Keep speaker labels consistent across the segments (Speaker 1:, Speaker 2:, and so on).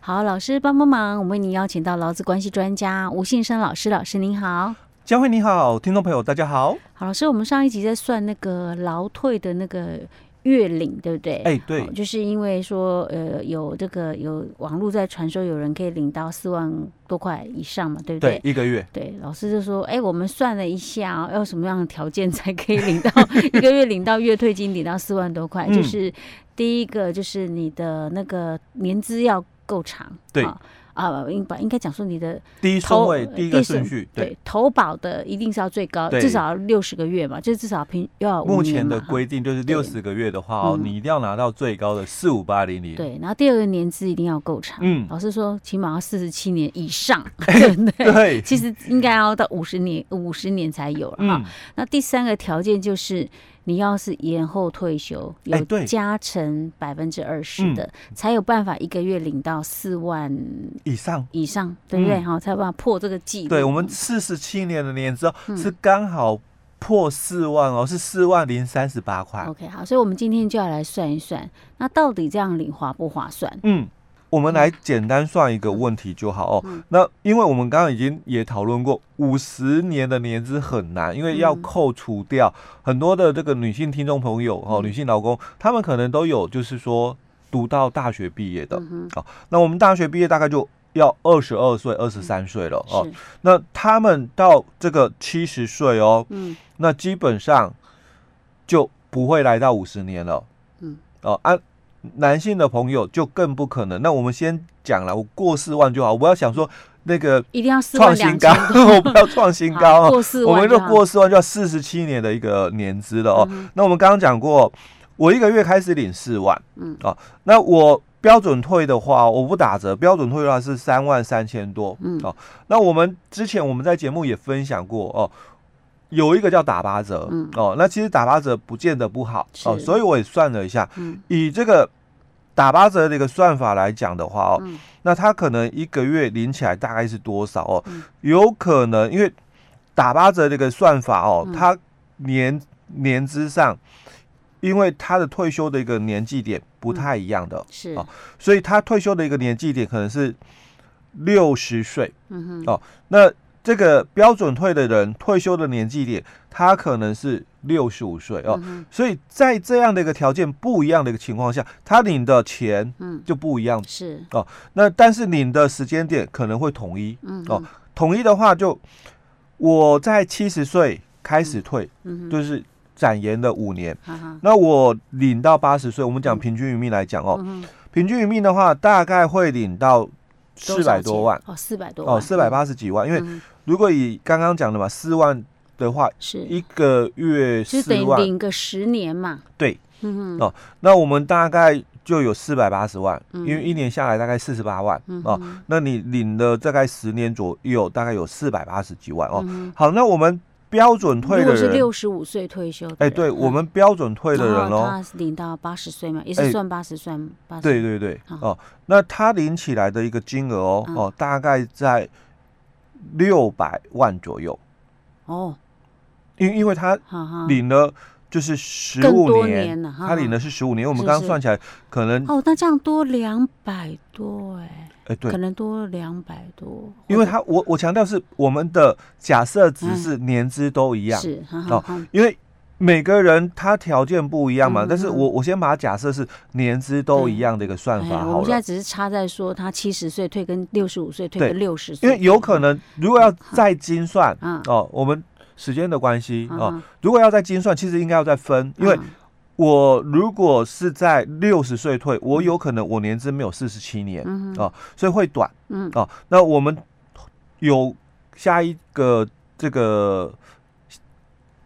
Speaker 1: 好，老师帮帮忙，我们为您邀请到劳资关系专家吴信生老师，老师您好。
Speaker 2: 佳慧你好，听众朋友大家好。
Speaker 1: 好，老师，我们上一集在算那个劳退的那个月领，对不对？
Speaker 2: 哎、对
Speaker 1: 哦就是因为说，呃，有这个有网络在传说有人可以领到四万多块以上嘛，对不
Speaker 2: 对，一个月，
Speaker 1: 对，老师就说：“哎、我们算了一下、哦，要什么样的条件才可以领到一个月领到月退金，领到四万多块？就
Speaker 2: 嗯
Speaker 1: 是第一个，就是你的那个年资要够长，
Speaker 2: 对
Speaker 1: 啊，啊应把应该讲说你的
Speaker 2: 第一顺
Speaker 1: 投
Speaker 2: 位，第一个顺
Speaker 1: 呃顺
Speaker 2: 序，对，
Speaker 1: 对投保的一定是要最高，
Speaker 2: 对
Speaker 1: 至少要六十个月嘛，就至少平要五
Speaker 2: 目
Speaker 1: 年
Speaker 2: 前的
Speaker 1: 嘛哈
Speaker 2: 规定就是
Speaker 1: 对
Speaker 2: 六十个月的话哦，
Speaker 1: 嗯
Speaker 2: 你一定要拿到最高的四五八零零。，
Speaker 1: 对，然后第二个年资一定要够长，
Speaker 2: 嗯，
Speaker 1: 老师说起码要四十七年以 上，对不对？
Speaker 2: 对，
Speaker 1: 其实应该要到五十年，五十年才有了哈。
Speaker 2: 嗯，
Speaker 1: 那第三个条件就是，你要是延后退休，
Speaker 2: 哎
Speaker 1: 有
Speaker 2: 对嗯
Speaker 1: 加成百分之二十的，才有办法一个月领到四万
Speaker 2: 以上。
Speaker 1: 以上，对不对？
Speaker 2: 嗯
Speaker 1: 哈、才有办法破这个嗯记录。
Speaker 2: 对我们四十七年的年资哦，是刚好破四万哦，是四万零三十八块。
Speaker 1: OK 好，所以我们今天就要来算一算，那到底这样领划不划算？
Speaker 2: 嗯，我们来简单算一个问题就好哦。
Speaker 1: 嗯
Speaker 2: 那因为我们刚刚已经也讨论过，五十年的年资很难，因为要
Speaker 1: 嗯
Speaker 2: 扣除掉很多的这个女性听众朋友哦，
Speaker 1: 嗯
Speaker 2: 女性劳工，她们可能都有就是说读到大学毕业
Speaker 1: 嗯
Speaker 2: 的。好、那我们大学毕业大概就。要二十二岁、二十三岁了哦，
Speaker 1: 是，
Speaker 2: 那他们到这个七十岁哦，
Speaker 1: 嗯
Speaker 2: 那基本上就不会来到五十年了。
Speaker 1: 嗯，
Speaker 2: 哦啊，男性的朋友就更不可能。那我们先讲了，我过四万就好，我不要想说那个
Speaker 1: 一定要四
Speaker 2: 创
Speaker 1: 万
Speaker 2: 新
Speaker 1: 两
Speaker 2: 高
Speaker 1: 千，
Speaker 2: 我不要创新高
Speaker 1: 好
Speaker 2: 哦。
Speaker 1: 过四
Speaker 2: 我
Speaker 1: 万
Speaker 2: 们
Speaker 1: 就
Speaker 2: 就
Speaker 1: 好，
Speaker 2: 过四万就要四十七年的一个年资了哦。
Speaker 1: 嗯
Speaker 2: 那我们刚刚讲过，我一个月开始领四万，
Speaker 1: 嗯
Speaker 2: 哦，那我标准退的话，我不打折，标准退的话是三万三千多，
Speaker 1: 嗯
Speaker 2: 哦，那我们之前我们在节目也分享过哦。有一个叫打八折，
Speaker 1: 嗯
Speaker 2: 哦，那其实打八折不见得不好哦，
Speaker 1: 是
Speaker 2: 所以我也算了一下，
Speaker 1: 嗯
Speaker 2: 以这个打八折的一个算法来讲的话哦，
Speaker 1: 嗯
Speaker 2: 那他可能一个月领起来大概是多少哦？
Speaker 1: 嗯
Speaker 2: 有可能因为打八折的一个算法哦
Speaker 1: 嗯，
Speaker 2: 它年年资上，因为他的退休的一个年纪点不太一样的，
Speaker 1: 是，
Speaker 2: 哦所以他退休的一个年纪点可能是六十岁。
Speaker 1: 嗯哼，
Speaker 2: 哦那这个标准退的人退休的年纪点，他可能是六十五岁哦。
Speaker 1: 嗯哼
Speaker 2: 所以在这样的一个条件不一样的一个情况下，他领的钱
Speaker 1: 嗯
Speaker 2: 就不一样。
Speaker 1: 是，
Speaker 2: 那但是领的时间点可能会统一，
Speaker 1: 嗯
Speaker 2: 哦
Speaker 1: 哼
Speaker 2: 统一的话就我在七十岁开始退，
Speaker 1: 嗯哼，
Speaker 2: 就是展延了五年。
Speaker 1: 哈哈，
Speaker 2: 那我领到八十岁，我们讲
Speaker 1: 嗯
Speaker 2: 平均余命来讲哦，
Speaker 1: 嗯哼
Speaker 2: 平均余命的话大概会领到四百多万
Speaker 1: 哦，四百多万
Speaker 2: 哦，四百，八十几万。因为
Speaker 1: 嗯
Speaker 2: 如果以刚刚讲的嘛，四万的话，
Speaker 1: 是
Speaker 2: 一个月
Speaker 1: 嗯就是
Speaker 2: 四
Speaker 1: 等于
Speaker 2: 万，
Speaker 1: 领个十年嘛。
Speaker 2: 对，
Speaker 1: 嗯哼，
Speaker 2: 哦那我们大概就有四百八十万，因为
Speaker 1: 嗯
Speaker 2: 一年下来大概四十八万
Speaker 1: 嗯
Speaker 2: 哦。
Speaker 1: 哼，
Speaker 2: 那你领了大概十年左右，大概有四百八十几万哦。
Speaker 1: 嗯
Speaker 2: 好，那我们标
Speaker 1: 哼，
Speaker 2: 准退
Speaker 1: 如
Speaker 2: 的
Speaker 1: 果是
Speaker 2: 人，
Speaker 1: 六十五岁退休的人，
Speaker 2: 哎，对
Speaker 1: 嗯
Speaker 2: 我
Speaker 1: 啊
Speaker 2: 们标准退的人
Speaker 1: 然后
Speaker 2: 哦，
Speaker 1: 他领到八十岁嘛，也
Speaker 2: 哎
Speaker 1: 是算八十算八十，
Speaker 2: 对，对对，
Speaker 1: 好
Speaker 2: 哦，那他领起来的一个金额哦，
Speaker 1: 嗯
Speaker 2: 哦，大概在六百万左右，
Speaker 1: 哦，
Speaker 2: 因因为他
Speaker 1: 哈哈，
Speaker 2: 领了就是十
Speaker 1: 更
Speaker 2: 五
Speaker 1: 多
Speaker 2: 年，
Speaker 1: 了，哈
Speaker 2: 他领
Speaker 1: 哈
Speaker 2: 的是十五年，我们
Speaker 1: 是
Speaker 2: 刚刚
Speaker 1: 是
Speaker 2: 算起来可能，
Speaker 1: 哦，那这样多两百多哎，
Speaker 2: 哎，
Speaker 1: 可
Speaker 2: 对。
Speaker 1: 能多两百多，
Speaker 2: 因
Speaker 1: 或
Speaker 2: 为
Speaker 1: 者
Speaker 2: 他我我强调是我们的假设值是年资都一样，
Speaker 1: 嗯是，哈
Speaker 2: 哦
Speaker 1: 哈，哈
Speaker 2: 因为每个人他条件不一样嘛，
Speaker 1: 嗯
Speaker 2: 但是我我先把它假设是年资都一样的一个算
Speaker 1: 哎
Speaker 2: 法
Speaker 1: 我
Speaker 2: 好
Speaker 1: 们现在
Speaker 2: 了，
Speaker 1: 只是差在说他七十岁退跟六十五岁退
Speaker 2: 对
Speaker 1: 跟六十岁
Speaker 2: 因
Speaker 1: 退，
Speaker 2: 为有可能如果要
Speaker 1: 嗯
Speaker 2: 再精算
Speaker 1: 啊，
Speaker 2: 哦，我们时间的关系
Speaker 1: 啊
Speaker 2: 哦，，如果要再精算，其实应该要再分，因为
Speaker 1: 啊
Speaker 2: 我如果是在六十岁退，我有可能我年资没有四十七年，
Speaker 1: 嗯哼
Speaker 2: 哦所以会短
Speaker 1: 嗯
Speaker 2: 哦。那我们有下一个这个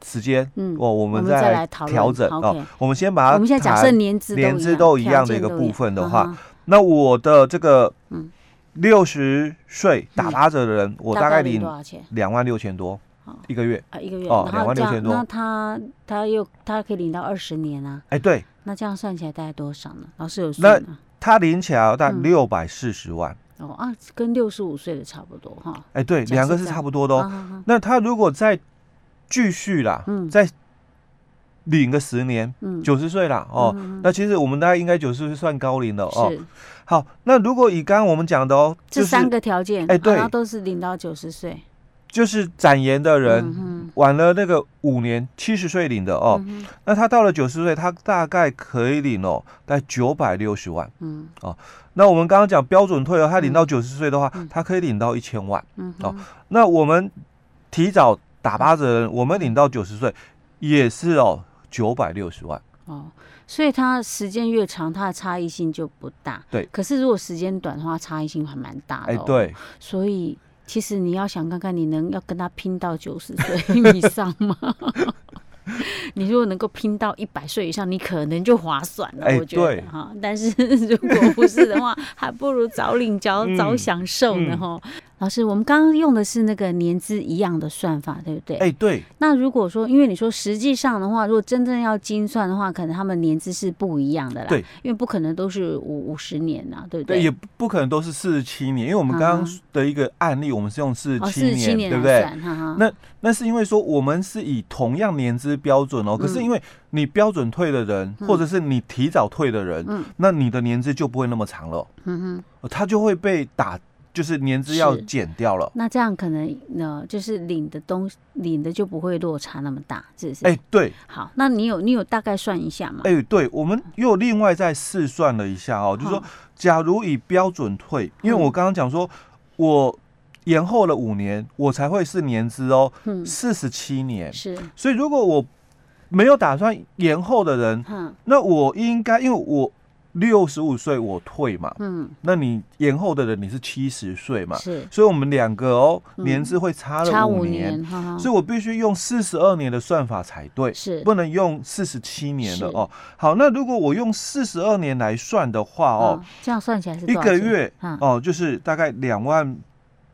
Speaker 2: 时间。
Speaker 1: 嗯，
Speaker 2: 哦，我
Speaker 1: 我
Speaker 2: 们
Speaker 1: 们再
Speaker 2: 来
Speaker 1: 来讨论
Speaker 2: 调整
Speaker 1: 好
Speaker 2: 哦
Speaker 1: ，OK。
Speaker 2: 我们先把它
Speaker 1: 我们现在假
Speaker 2: 谈
Speaker 1: 设年资
Speaker 2: 年资
Speaker 1: 都
Speaker 2: 都
Speaker 1: 一
Speaker 2: 一
Speaker 1: 样啊
Speaker 2: 样的一个部分的，
Speaker 1: 条件
Speaker 2: 话
Speaker 1: 都一样
Speaker 2: 那我的这个
Speaker 1: 嗯
Speaker 2: 六十岁打八折的人，
Speaker 1: 啊
Speaker 2: 我
Speaker 1: 大
Speaker 2: 大概
Speaker 1: 领
Speaker 2: 领
Speaker 1: 多少钱
Speaker 2: 两万六千多
Speaker 1: 好
Speaker 2: 一个月。
Speaker 1: 啊？一个月，
Speaker 2: 哦
Speaker 1: 然后这样
Speaker 2: 26,000多
Speaker 1: 那他他又他可以领到二十年啊，
Speaker 2: 哎，对，
Speaker 1: 那这样算起来大概多少呢？老师有算吗？
Speaker 2: 他领起来大概
Speaker 1: 嗯
Speaker 2: 六百四十万。
Speaker 1: 哦啊，跟六十五岁的差不多哈。啊
Speaker 2: 哎，对，
Speaker 1: 假设
Speaker 2: 两个是
Speaker 1: 这样
Speaker 2: 差不多的
Speaker 1: 啊
Speaker 2: 哦。
Speaker 1: 哈哈
Speaker 2: 那他如果再继续啦，
Speaker 1: 嗯
Speaker 2: 再领个十年，
Speaker 1: 嗯，
Speaker 2: 九十岁啦哦。那其实我们大概应该九十岁算高龄了哦。
Speaker 1: 是
Speaker 2: 好，那如果以刚刚我们讲的哦，
Speaker 1: 这
Speaker 2: 就是
Speaker 1: 三个条件，
Speaker 2: 哎对
Speaker 1: 然后都是领到九十岁
Speaker 2: 就是展延的人，
Speaker 1: 嗯
Speaker 2: 晚了那个五年，七十岁领的
Speaker 1: 哼
Speaker 2: 哦。
Speaker 1: 嗯哼
Speaker 2: 那他到了九十岁，他大概可以领哦，大概九百六十万。
Speaker 1: 嗯
Speaker 2: 那我们刚刚讲标准退休，他领到九十岁的话
Speaker 1: 嗯，
Speaker 2: 他可以领到一千万。
Speaker 1: 嗯
Speaker 2: 哦
Speaker 1: 哼
Speaker 2: 那我们提早打八折的人，我们领到九十岁也是哦，九百六十万。
Speaker 1: 哦，所以它时间越长，它的差异性就不大。
Speaker 2: 对
Speaker 1: 可是如果时间短的话，差异性还蛮大的、哦
Speaker 2: 哎，，对，
Speaker 1: 所以其实你要想看看，你能要跟他拼到九十岁以上吗？ 你如果能够拼到一百岁以上，你可能就划算了，
Speaker 2: 哎
Speaker 1: 我觉得
Speaker 2: 对
Speaker 1: 哈。但是如果不是的话，还不如早领早
Speaker 2: 嗯
Speaker 1: 早享受呢
Speaker 2: 嗯
Speaker 1: 哈。老师，我们刚刚用的是那个年资一样的算法，对不对？
Speaker 2: 哎，对，
Speaker 1: 那如果说，因为你说实际上的话，如果真正要精算的话，可能他们年资是不一样的啦。
Speaker 2: 对，
Speaker 1: 因为不可能都是五五十年呐、对不
Speaker 2: 对，
Speaker 1: 对？
Speaker 2: 也不可能都是四十七年，因为我们
Speaker 1: 嗯
Speaker 2: 刚刚的一个案例，我们是用四
Speaker 1: 哦，
Speaker 2: 十
Speaker 1: 四十七
Speaker 2: 七
Speaker 1: 年
Speaker 2: 年，对不
Speaker 1: 来
Speaker 2: 对？
Speaker 1: 算？哈哈。
Speaker 2: 那那是因为说我们是以同样年资标准哦，可是
Speaker 1: 嗯
Speaker 2: 因为你标准退的人，或者是你提早退的人，
Speaker 1: 嗯
Speaker 2: 那你的年资就不会那么长了，
Speaker 1: 嗯哼。
Speaker 2: 呃它就会被打，就是年资要
Speaker 1: 是
Speaker 2: 减掉了。
Speaker 1: 那这样可能呢，就是领的东西领的就不会落差那么大，是不是？啊
Speaker 2: 哎、对，
Speaker 1: 好，那你有你有大概算一下吗？
Speaker 2: 哎、对，我们又另外再试算了一下哦，就是说
Speaker 1: 好，
Speaker 2: 假如以标准退，因为
Speaker 1: 嗯
Speaker 2: 我刚刚讲说，我延后了五年，我才会是年资哦，
Speaker 1: 嗯，
Speaker 2: 四十七年。
Speaker 1: 是，
Speaker 2: 所以如果我没有打算延后的人，
Speaker 1: 嗯
Speaker 2: 那我应该因为我六十五岁我退嘛，
Speaker 1: 嗯，
Speaker 2: 那你延后的人你是七十岁嘛，
Speaker 1: 是
Speaker 2: 所以我们两个哦
Speaker 1: 嗯
Speaker 2: 年资会差
Speaker 1: 差
Speaker 2: 了
Speaker 1: 五
Speaker 2: 年，
Speaker 1: 年，哈哈，
Speaker 2: 所以我必须用四十二年的算法才对，
Speaker 1: 是嗯
Speaker 2: 不能用四十七年的
Speaker 1: 是
Speaker 2: 哦。好，那如果我用四十二年来算的话哦，
Speaker 1: 嗯这样算起来是
Speaker 2: 一
Speaker 1: 多少
Speaker 2: 个
Speaker 1: 钱
Speaker 2: 月
Speaker 1: 嗯
Speaker 2: 哦就是大概两万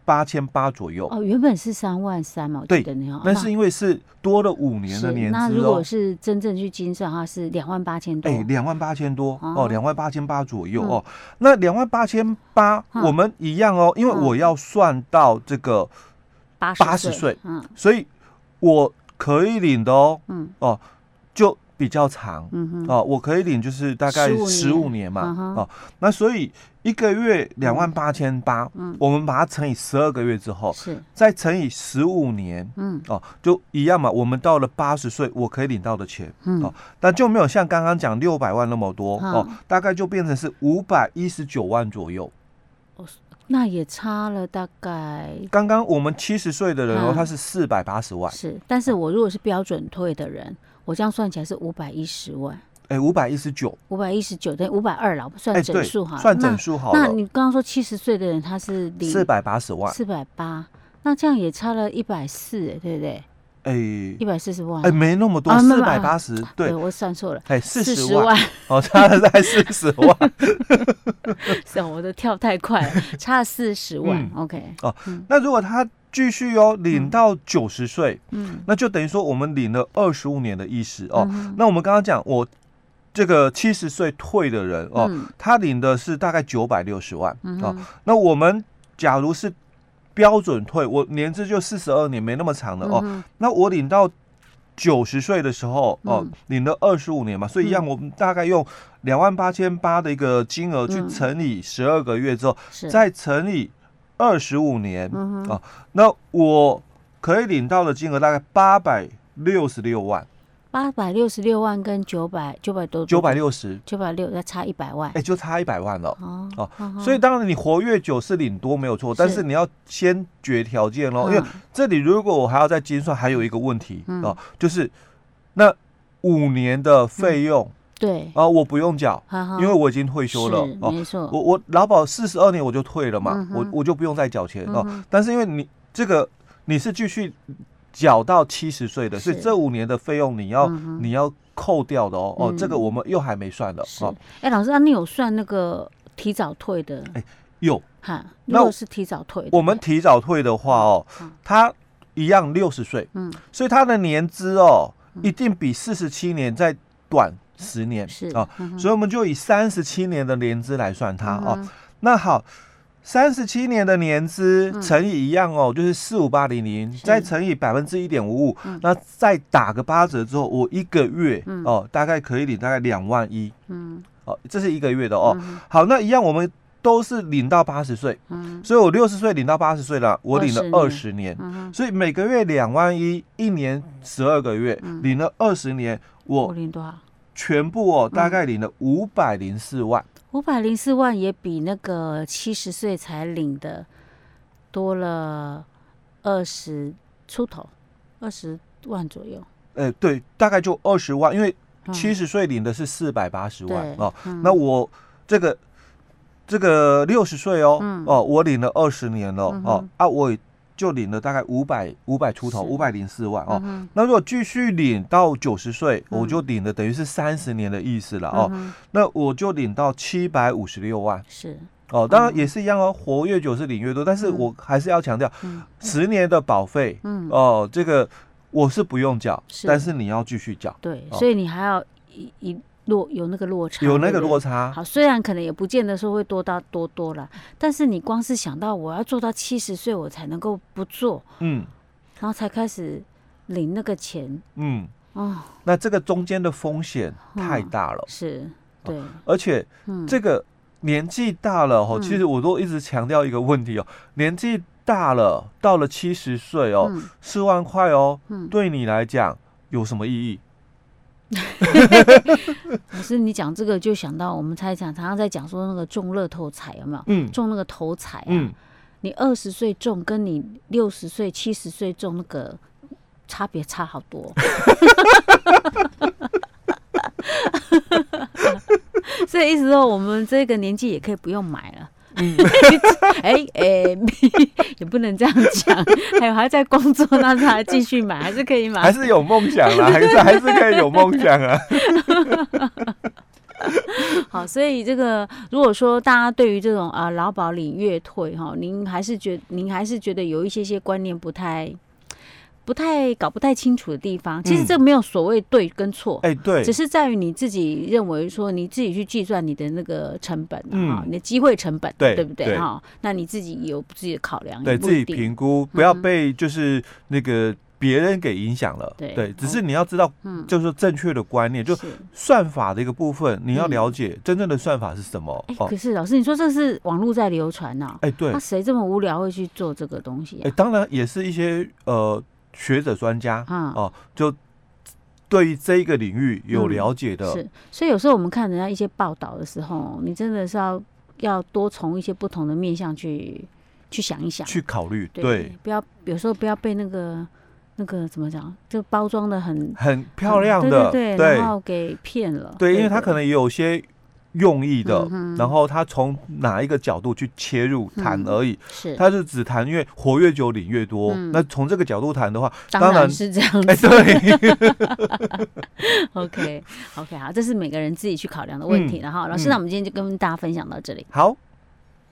Speaker 2: 八千八左右，
Speaker 1: 哦，原本是三万三嘛，我记
Speaker 2: 对
Speaker 1: 得你好，
Speaker 2: 那是因为是多了五年的
Speaker 1: 是
Speaker 2: 年
Speaker 1: 那
Speaker 2: 资
Speaker 1: 如果
Speaker 2: 哦。
Speaker 1: 是真正去精算的话，是两万八千多。
Speaker 2: 哎，两万八千多
Speaker 1: 哦
Speaker 2: 哦，两万八千八左右哦。那两万八千八，
Speaker 1: 嗯
Speaker 2: 我们一样哦，因为
Speaker 1: 嗯
Speaker 2: 我要算到这个，
Speaker 1: 八
Speaker 2: 80岁，
Speaker 1: 嗯
Speaker 2: 所以我可以领的哦，
Speaker 1: 嗯
Speaker 2: 哦，就比较长
Speaker 1: 嗯哼，
Speaker 2: 哦，我可以领就是大概
Speaker 1: 15
Speaker 2: 十
Speaker 1: 年
Speaker 2: 五年
Speaker 1: 嗯
Speaker 2: 嘛
Speaker 1: 哼，
Speaker 2: 哦，那所以一个月两万八千八，
Speaker 1: 嗯
Speaker 2: 我们把它乘以十二个月之后，
Speaker 1: 是，
Speaker 2: 再乘以十五年。
Speaker 1: 嗯
Speaker 2: 哦，就一样嘛。我们到了八十岁，我可以领到的钱，
Speaker 1: 嗯，
Speaker 2: 哦但就没有像刚刚讲六百万那么多
Speaker 1: 嗯
Speaker 2: 哦，大概就变成是五百一十九万左右。
Speaker 1: 那也差了大概
Speaker 2: 刚刚我们七十岁的人哦
Speaker 1: 嗯，
Speaker 2: 他是四百嗯八十万，
Speaker 1: 是，但是我如果是标准退的人，我这样算起来是五百一十万，
Speaker 2: 哎，五百一十九，
Speaker 1: 五百一十九等于五百二了，我们算
Speaker 2: 哎，
Speaker 1: 整
Speaker 2: 对，
Speaker 1: 数好了。
Speaker 2: 算整数
Speaker 1: 那
Speaker 2: 好
Speaker 1: 那
Speaker 2: 了，
Speaker 1: 你刚刚说七十岁的人他是领
Speaker 2: 四百八十万，
Speaker 1: 四百八，那这样也差了一百四，对不对？
Speaker 2: 哎
Speaker 1: 一百四十万。
Speaker 2: 哎，没那么多
Speaker 1: 啊，没有
Speaker 2: 四
Speaker 1: 没
Speaker 2: 百
Speaker 1: 有
Speaker 2: 八十，对，
Speaker 1: 我算错了，
Speaker 2: 哎，四
Speaker 1: 十
Speaker 2: 十万， 哦，差了在四十万
Speaker 1: 是啊我都跳太快了，差四十
Speaker 2: 嗯
Speaker 1: 万。OK，
Speaker 2: 那如果他继续哦，领到九十岁，
Speaker 1: 嗯，
Speaker 2: 那就等于说我们领了二十五年的意思哦
Speaker 1: 嗯。哼
Speaker 2: 那我们刚刚讲我。这个七十岁退的人哦，
Speaker 1: 嗯
Speaker 2: 他领的是大概九百六十万啊、
Speaker 1: 嗯
Speaker 2: 哦
Speaker 1: 哼
Speaker 2: 那我们假如是标准退，我年资就四十二年，没那么长的哦。
Speaker 1: 嗯哼
Speaker 2: 那我领到九十岁的时候哦，
Speaker 1: 嗯
Speaker 2: 领了二十五年嘛，所以一样，我们大概用两万八千八的一个金额去
Speaker 1: 嗯
Speaker 2: 乘以十二个月之后，
Speaker 1: 是，
Speaker 2: 再乘以二十五年，
Speaker 1: 嗯哼
Speaker 2: 哦那我可以领到的金额大概八百六十六万，
Speaker 1: 嗯八百六十六万跟九百九百多
Speaker 2: 九百六十，
Speaker 1: 九百六，要差一百万
Speaker 2: 哎，就差一百万了。
Speaker 1: 哦
Speaker 2: 哦
Speaker 1: 嗯哼
Speaker 2: 所以当然你活越久是领多没有错，但
Speaker 1: 是
Speaker 2: 是你要先决条件哦喽，因为
Speaker 1: 嗯
Speaker 2: 这里如果我还要再精算，还有一个问题
Speaker 1: 嗯
Speaker 2: 哦，就是那五年的费用
Speaker 1: 对，
Speaker 2: 啊，我不用缴，
Speaker 1: 因
Speaker 2: 因为我已经退休了哦。
Speaker 1: 没错，
Speaker 2: 我我劳保四十二年我就退了嘛
Speaker 1: 嗯，
Speaker 2: 我
Speaker 1: 哼
Speaker 2: 我就不用再缴钱
Speaker 1: 嗯
Speaker 2: 哦。
Speaker 1: 哼
Speaker 2: 但是因为你这个你是继续缴到七十岁的，所以
Speaker 1: 是
Speaker 2: 这五年的费用你要
Speaker 1: 嗯哼
Speaker 2: 你要扣掉的哦哦，这个
Speaker 1: 嗯
Speaker 2: 我们又还没算的
Speaker 1: 是
Speaker 2: 哦。，
Speaker 1: 哎，老师，那你有算那个提早退的
Speaker 2: 哎有
Speaker 1: 哈？如
Speaker 2: 那
Speaker 1: 果
Speaker 2: 我
Speaker 1: 是提早退的，
Speaker 2: 我们提早退的话哦
Speaker 1: 嗯，
Speaker 2: 他一样六十岁，
Speaker 1: 嗯
Speaker 2: 所以他的年资哦，一定比四十七年再短十年
Speaker 1: 是
Speaker 2: 啊，
Speaker 1: 嗯哼
Speaker 2: 所以我们就以三十七年的年资来算它
Speaker 1: 嗯
Speaker 2: 哦。
Speaker 1: 哼
Speaker 2: 那好，三十七年的年资
Speaker 1: 嗯
Speaker 2: 乘以一样哦，就是四五八零零，再乘以百分之一点五五，
Speaker 1: 嗯
Speaker 2: 那再打个八折之后，我一个月哦，大概可以领大概两万一
Speaker 1: 嗯
Speaker 2: 哦，这是一个月的哦。好，那一样我们都是领到八十岁，
Speaker 1: 嗯
Speaker 2: 所以我六十岁领到八十岁了，我领了二
Speaker 1: 20
Speaker 2: 十年，
Speaker 1: 嗯，
Speaker 2: 所以每个月两万一，一年十二个月，
Speaker 1: 嗯
Speaker 2: 领了二十年，
Speaker 1: 我
Speaker 2: 我
Speaker 1: 领多少？
Speaker 2: 全部哦，大概领了五百零四万。
Speaker 1: 五百零四万也比那个七十岁才领的多了二十出头，二十万左右。
Speaker 2: 呃，对，大概就二十万，因为
Speaker 1: 嗯
Speaker 2: 七十岁领的是四百八十万
Speaker 1: 对嗯
Speaker 2: 哦。那我这个这个六十岁哦，
Speaker 1: 嗯
Speaker 2: 哦，我领了二十年了哦，啊，我也就领了大概五百五百出头，
Speaker 1: 是
Speaker 2: 五百零四万哦。
Speaker 1: 嗯
Speaker 2: 那如果继续领到九十岁，我就领了等于是三十年的意思了哦。
Speaker 1: 嗯哼
Speaker 2: 那我就领到七百五十六万
Speaker 1: 是
Speaker 2: 哦，当然也是一样哦，活越久是领越多，但是我还是要强调，
Speaker 1: 嗯
Speaker 2: 十年的保费
Speaker 1: 嗯
Speaker 2: 哦，这个我是不用缴，
Speaker 1: 是
Speaker 2: 但是你要继续缴。
Speaker 1: 对，
Speaker 2: 哦
Speaker 1: 所以你还要一一落有那个落差，
Speaker 2: 有那个落
Speaker 1: 差。
Speaker 2: 差，
Speaker 1: 好，虽然可能也不见得说会多到多多了，但是你光是想到我要做到七十岁我才能够不做，
Speaker 2: 嗯
Speaker 1: 然后才开始领那个钱，
Speaker 2: 嗯，
Speaker 1: 哦，
Speaker 2: 那这个中间的风险太大了，
Speaker 1: 是对，
Speaker 2: 而且
Speaker 1: 嗯，
Speaker 2: 啊这个年纪大了哦，
Speaker 1: 嗯
Speaker 2: 其实我都一直强调一个问题哦，年纪大了，到了七十岁哦，
Speaker 1: 嗯
Speaker 2: 四万块哦，
Speaker 1: 嗯
Speaker 2: 对你来讲有什么意义？
Speaker 1: 可是你讲这个就想到我们才讲常常在讲说那个中乐透彩有没有？
Speaker 2: 嗯
Speaker 1: 中那个头彩啊，
Speaker 2: 嗯，
Speaker 1: 你二十岁中跟你六十岁、七十岁中那个差别差好多。 所以意思说，我们这个年纪也可以不用买了。
Speaker 2: 嗯
Speaker 1: 哎哎、 也不能这样讲。还有还在工作，那他还继续买，还是可以 买
Speaker 2: 还。是有梦想 啦，还是还是可以有梦想啊。
Speaker 1: 好，所以这个如果说大家对于这种啊劳保领月退哈，您还是觉您还是觉得有一些些观念不太不太搞不太清楚的地方，其实
Speaker 2: 嗯
Speaker 1: 这没有所谓对跟错。
Speaker 2: 哎，对
Speaker 1: 只，是在于你自己认为说你自己去计算你的那个成本啊哈、
Speaker 2: 嗯
Speaker 1: 你的机会成本，
Speaker 2: 对
Speaker 1: 不
Speaker 2: 对
Speaker 1: 对哈、那你自己有自己的嗯考量，
Speaker 2: 对
Speaker 1: 也不
Speaker 2: 自己
Speaker 1: 一定
Speaker 2: 评估，不要被就是那个别人给影响了。
Speaker 1: 对哦
Speaker 2: 对，只是你要知道，
Speaker 1: 嗯，
Speaker 2: 就是正确的观念，就是算法的一个部分，你要
Speaker 1: 嗯
Speaker 2: 了解真正的算法是什么。
Speaker 1: 哎、
Speaker 2: 哦，
Speaker 1: 可是老啊师，你说这是网络在流传呐、
Speaker 2: 哎，对
Speaker 1: 那，谁这么无聊会去做这个东西
Speaker 2: 哎，
Speaker 1: 啊？
Speaker 2: 当然也是一些呃学者专家
Speaker 1: 啊
Speaker 2: 哦，就对于这一个领域有
Speaker 1: 嗯
Speaker 2: 了解的。
Speaker 1: 是，所以有时候我们看人家一些报道的时候，你真的是要要多从一些不同的面向去去想一想，
Speaker 2: 去考虑，
Speaker 1: 对，
Speaker 2: 对，
Speaker 1: 不要有时候不要被那个那个怎么讲，就包装的很
Speaker 2: 很漂亮
Speaker 1: 很
Speaker 2: 的，
Speaker 1: 嗯对对对，然后给骗了，
Speaker 2: 对，因为他
Speaker 1: 的
Speaker 2: 可能也有些用意的
Speaker 1: 嗯，哼
Speaker 2: 然后他从哪一个角度去切入谈
Speaker 1: 嗯
Speaker 2: 而已，
Speaker 1: 是，
Speaker 2: 他是只谈越活越久领越多。
Speaker 1: 嗯
Speaker 2: 那从这个角度谈的话，当
Speaker 1: 当
Speaker 2: 然
Speaker 1: 然是这样
Speaker 2: 哎，
Speaker 1: 子。
Speaker 2: 对，
Speaker 1: OK OK，好，这是每个人自己去考量的问题了哈。然后老师，
Speaker 2: 嗯
Speaker 1: 那我们今天就跟大家分享到这里。
Speaker 2: 好，